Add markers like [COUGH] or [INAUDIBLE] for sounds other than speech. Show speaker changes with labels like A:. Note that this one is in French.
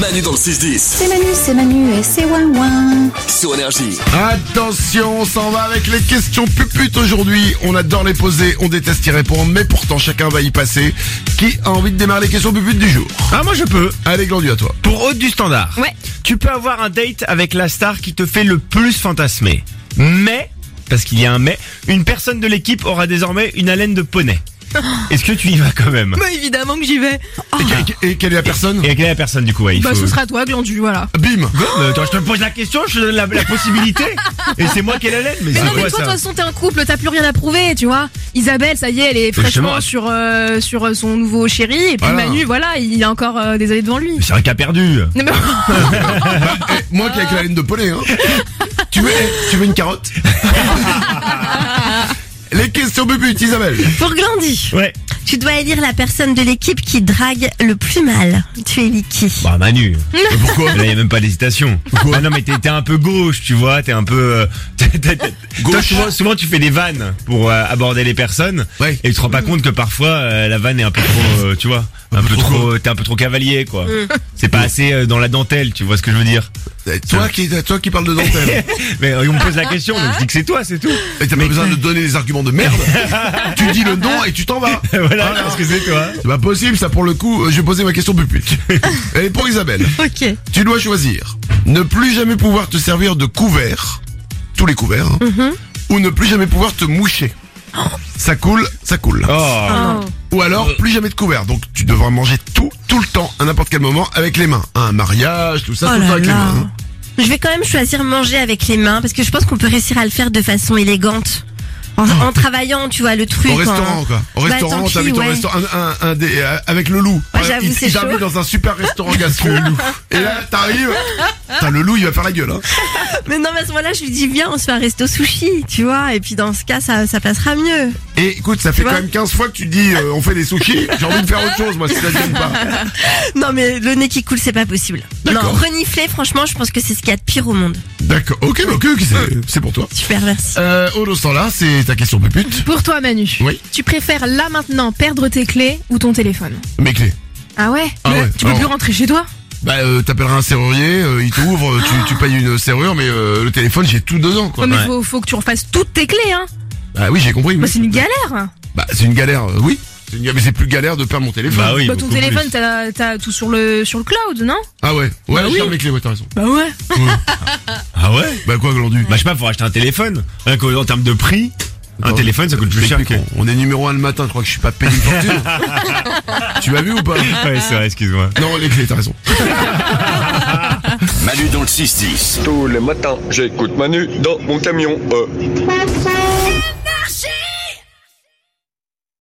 A: Manu dans le 6-10.
B: C'est Manu, c'est Manu et c'est Ouin
A: Sur Énergie.
C: Attention, on s'en va avec les questions puputes aujourd'hui. On adore les poser, on déteste y répondre, mais pourtant chacun va y passer. Qui a envie de démarrer les questions puputes du jour
D: Ah moi je peux.
C: Allez, Glandu, à toi.
D: Pour haute du standard.
B: Ouais.
D: Tu peux avoir un date avec la star qui te fait le plus fantasmer. Mais, parce qu'il y a un mais, une personne de l'équipe aura désormais une haleine
E: [GASPS]
D: de poney. Est-ce que tu y vas quand même
E: Bah évidemment que j'y vais. Ah,
C: Et, que- Ah. et quelle est la personne
D: Et quelle est la personne du coup ouais, Ah, il
E: Bah
D: faut-
E: ce sera toi, Glandu, voilà.
C: Bim
D: Quoi Mais attends, je te pose la question, je te donne la,
E: [LAUGHS]
D: la possibilité. Et c'est moi qui ai la laine. Mais,
E: Mais
D: c'est
E: non, mais
D: quoi
E: toi, de toute
D: ça
E: façon, t'es un couple, t'as plus rien à prouver, tu vois. Isabelle, ça y est, elle est
D: Justement. ah.
E: fraîchement sur, euh, sur son nouveau chéri. Et puis
C: Voilà.
E: Manu, voilà, il a encore euh, des années devant lui.
D: C'est un cas perdu.
E: Non, mais- [LAUGHS]
C: Eh, Moi qui ai avec la laine de poney, [LAUGHS] hein. tu, veux, eh, tu veux une [LAUGHS] carotte Les questions puputes, Isabelle.
F: Pour Glandy,
D: Ouais.
F: tu dois élire la personne de l'équipe qui drague le plus mal. Tu élis qui
D: Bah [LAUGHS] Manu.
C: Et pourquoi
D: Là, y a même pas d'hésitation. Bah non, mais t'es t'es un peu gauche, tu vois. T'es un peu euh, [LAUGHS] t'es- t'es- t'es- Toi, souvent, souvent, tu fais des vannes pour euh, aborder les personnes.
C: Ouais.
D: Et tu te rends pas compte que parfois euh, la vanne est un peu trop, euh, tu vois, un, peu, trop. T'es un peu trop cavalier, quoi. C'est pas assez euh, dans la dentelle, tu vois ce que je veux dire. [LAUGHS]
C: Eh, Toi qui, toi qui parles de dentelle.
D: Mais euh, on me pose la question, donc je dis que c'est toi, c'est tout. [LAUGHS]
C: Et t'as pas besoin de donner les arguments de [LAUGHS] merde. tu dis le nom et tu t'en [LAUGHS] vas.
D: voilà, parce que c'est toi.
C: C'est pas possible, ça pour le coup, euh, je vais poser ma question [LAUGHS] pupute. Et pour Isabelle,
F: Ok.
C: tu dois choisir ne plus jamais pouvoir te servir de couvert, tous les couverts, hein,
F: Mhm.
C: ou ne plus jamais pouvoir te moucher. Ça coule, ça coule.
D: Oh.
F: Ah.
C: Ou alors plus jamais de couvert. Donc tu devras manger tout, tout le temps, à n'importe quel moment, avec les mains. Un mariage, tout ça,
F: Oh
C: tout le
F: là
C: temps avec les
F: là.
C: mains. hein.
F: Je vais quand même choisir manger avec les mains parce que je pense qu'on peut réussir à le faire de façon élégante. En,
D: Ah.
F: en travaillant, tu vois, le truc.
C: Au
F: en-
C: restaurant, quoi. Au
F: Bah,
C: restaurant,
F: tant
C: t'invites
F: pis,
C: au
F: ouais.
C: restaurant, un, un- un des- euh, avec le loup.
F: Ouais, j'avoue,
C: il-
F: c'est
C: il t'invite dans un super
F: [LAUGHS]
C: restaurant gastro. Et là, t'arrives, t'as le loup, il va faire la gueule, hein.
F: Mais non, mais à ce moment-là, je lui dis, viens, on se fait un resto sushi, tu vois. Et puis dans ce cas, ça, ça passera mieux.
C: Et écoute, ça fait
F: vois
C: quand même 15 fois que tu dis euh, on fait des sushis, j'ai envie de
F: [LAUGHS]
C: faire autre chose moi si ça te gêne pas.
F: Non, mais le nez qui coule, c'est pas possible. Non,
C: D'accord.
F: renifler, franchement, je pense que c'est ce qu'il y a de pire au monde.
C: D'accord, ok, ok, ok, c'est- c'est pour toi.
F: Super, merci.
C: Euh, au temps là, c'est ta question pépute.
E: Pour toi, Manu,
C: Oui.
E: tu préfères là maintenant perdre tes clés ou ton téléphone
C: Mes clés.
E: Ah ouais
C: Ah ouais,
E: Tu peux
C: alors-
E: plus rentrer chez toi
C: Bah euh, t'appelleras un serrurier, euh, il t'ouvre, tu, tu payes une serrure, mais euh, le téléphone j'ai tout dedans quoi.
E: Ouais, mais
D: ouais.
E: faut, faut que tu refasses toutes tes clés, hein
C: Bah oui j'ai compris.
E: Bah,
C: oui.
E: c'est une galère
C: Bah c'est une galère, euh, oui. C'est une galère, Mais c'est plus galère de perdre mon téléphone.
D: Bah oui.
E: Bah, ton
D: beaucoup
E: téléphone,
D: plus.
E: t'as t'as tout sur le, sur le cloud, non
C: Ah ouais, ouais,
E: Bah
C: je
E: oui.
C: ferme mes clés, ouais, t'as raison.
E: Bah ouais
D: Ah ouais.
C: Bah quoi Glandu
D: Bah je sais pas, faut acheter un téléphone. Rien qu'en- en termes de prix, un
C: Attends,
D: téléphone ça coûte plus
C: Mec,
D: cher
C: mec,
D: que.
C: Bah, on, on est numéro 1 le matin, je crois que je suis pas payé une fortune. tu m'as vu ou pas
D: [LAUGHS] Ouais, c'est vrai, excuse-moi.
C: Non les clés, t'as raison.
A: Manu dans le 6-10.
G: Tous les matins, j'écoute Manu dans mon camion. euh.